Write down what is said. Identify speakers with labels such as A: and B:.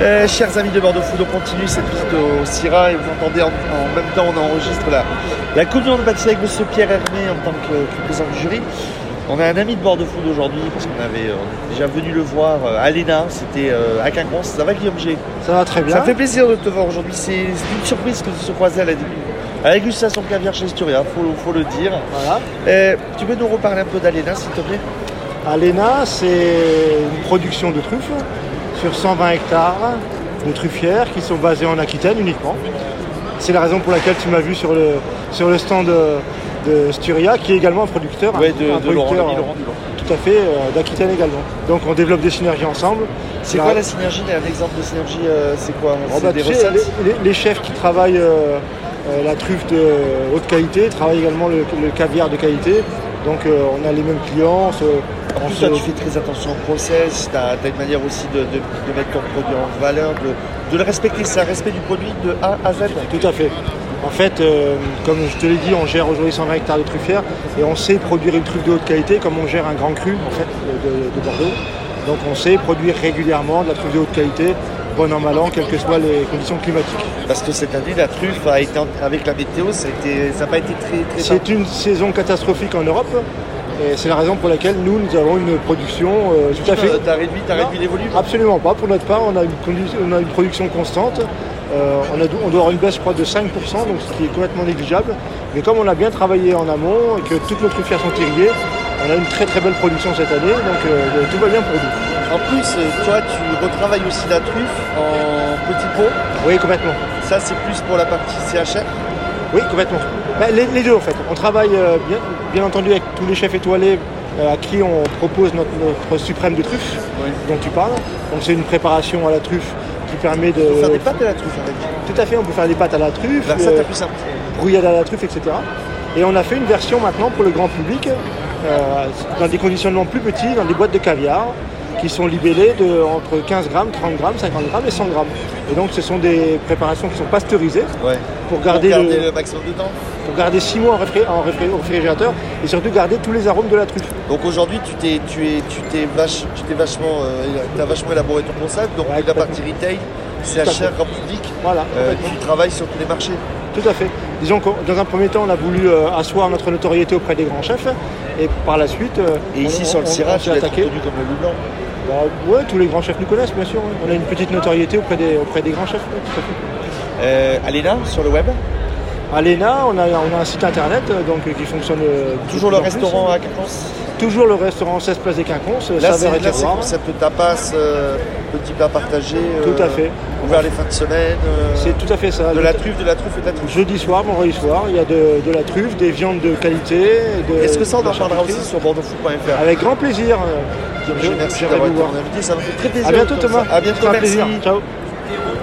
A: Eh, chers amis de Bordeaux Food, on continue cette visite au Syrah et vous entendez en, en même temps on enregistre la, la Coupe du Monde de pâtisserie avec Monsieur Pierre Hermé en tant que, que président du jury. On a un ami de Bordeaux Food aujourd'hui parce qu'on avait euh, on est déjà venu le voir euh, à l'ENA, c'était euh, à Quinconce. Ça va Guillaume G
B: Ça va très bien.
A: Ça me fait plaisir de te voir aujourd'hui. C'est c'est une surprise que de se croiser à la, à la dégustation de caviar chez Sturia, faut, faut le dire.
B: Voilà.
A: Eh, tu peux nous reparler un peu d'Alena s'il te plaît
B: Alena, c'est une production de truffes sur 120 hectares de truffières qui sont basées en Aquitaine uniquement. C'est la raison pour laquelle tu m'as vu sur le, sur le stand de, de Sturia, qui est également un producteur.
A: Ouais,
B: un-
A: de,
B: un
A: de Laurent,
B: producteur,
A: l'ami
B: euh,
A: Laurent Dulon.
B: Tout à fait, euh, d'Aquitaine également. Donc on développe des synergies ensemble.
A: C'est
B: La-
A: quoi la synergie Un exemple de synergie, euh, c'est quoi
B: Oh,
A: C'est
B: bah,
A: des
B: tu sais,
A: recettes
B: les, les- les chefs qui travaillent euh, euh, la truffe de haute qualité travaillent également le, le caviar de qualité. Donc euh, on a les mêmes clients. on se-
A: En
B: on
A: plus,
B: se-
A: toi, tu fais très attention au process, tu as, une manière aussi de, de- de mettre ton produit en valeur, de, de le respecter, c'est un respect du produit de A à Z.
B: Tout à fait. En fait, euh, comme je te l'ai dit, on gère aujourd'hui 120 hectares de truffières et on sait produire une truffe de haute qualité comme on gère un grand cru en fait, de, de Bordeaux. Donc on sait produire régulièrement de la truffe de haute qualité, bon an, mal an, quelles que soient les conditions climatiques.
A: Parce que cette année, la truffe a été, en- avec la météo, ça n'a pas été très très simple.
B: C'est une saison catastrophique en Europe et c'est la raison pour laquelle nous, nous avons une production euh, tout à fait.
A: T'as réduit, t'as réduit les volumes
B: Absolument pas. Pour notre part, on a une, condu- on a une production constante. Euh, on, a dou- on doit avoir une baisse, je crois, de 5%, donc ce qui est complètement négligeable. Mais comme on a bien travaillé en amont et que toutes nos truffières sont irriguées, on a une très très belle production cette année, donc euh, tout va bien pour nous.
A: En plus, euh, toi, tu retravailles aussi la truffe en petit pot.
B: Oui, complètement.
A: Ça, c'est plus pour la partie CHR.
B: Oui, complètement. Bah, les, les deux en fait. On travaille euh, bien, bien entendu avec tous les chefs étoilés euh, à qui on propose notre, notre suprême de truffe
A: Oui.
B: dont tu parles. Donc c'est une préparation à la truffe qui permet de...
A: Tu peux faire des pâtes à la truffe avec.
B: Tout à fait, on peut faire des pâtes à la truffe.
A: Vers Euh, Bah, ça,
B: euh,
A: t'as plus simple.
B: brouillade à la truffe, etc. Et on a fait une version maintenant pour le grand public, euh, dans des conditionnements plus petits, dans des boîtes de caviar, qui sont libellées de entre 15 grammes, 30 grammes, 50 grammes et 100 grammes. Et donc ce sont des préparations qui sont pasteurisées
A: Ouais.
B: pour
A: Garder,
B: garder,
A: garder
B: le-
A: le maximum de temps.
B: pour garder 6 mois en, réfré- en réfré- au réfrigérateur et surtout garder tous les arômes de la truffe.
A: Donc aujourd'hui, tu t'es, tu es, tu t'es vache, tu t'es vachement, euh, t'as vachement élaboré ton concept. Donc
B: Ouais,
A: la partie retail, c'est
B: Tout à fait.
A: HR grand public.
B: Voilà.
A: Euh,
B: complètement.
A: tu travailles sur tous les marchés.
B: Tout à fait. Disons que dans un premier temps, on a voulu euh, asseoir notre notoriété auprès des grands chefs et par la suite, euh,
A: Et ici
B: on-
A: sur le
B: on- on
A: Syrah, tu
B: s'est
A: l'as
B: attaqué.
A: connu comme le loup blanc.
B: Bah, ouais, tous les grands chefs nous connaissent, bien sûr. ouais. On a une petite notoriété auprès des, auprès des grands chefs. ouais, tout à fait.
A: Euh, Alena, sur le web.
B: À l'ENA, on a, on a un site internet euh, donc, euh, qui fonctionne. euh, de
A: Toujours le
B: plus en plus.
A: restaurant à Quinconce.
B: Toujours le restaurant 16 Place des Quinconces, euh,
A: Là,
B: Saveur
A: c'est,
B: et
A: là, c'est
B: Terroir.
A: concept tapas, euh, petit plat partagé.
B: Tout à fait.
A: Ouvert les fins de semaine. euh,
B: C'est tout à fait ça.
A: de la truffe, de la truffe et de la truffe.
B: Jeudi soir, vendredi soir, il y a de, de la truffe, des viandes de qualité. de-
A: Est-ce que ça, on
B: de
A: en parlera
B: charcuterie.
A: aussi sur bordeauxfoot.fr
B: Avec grand plaisir. euh,
A: Guillaume G,
B: j'irai
A: Merci
B: vous
A: d'avoir été
B: voir.
A: mon invité. Ça me fait très plaisir.
B: À bientôt
A: comme ça.
B: Thomas.
A: À bientôt,
B: C'était un
A: merci.
B: plaisir. Ciao.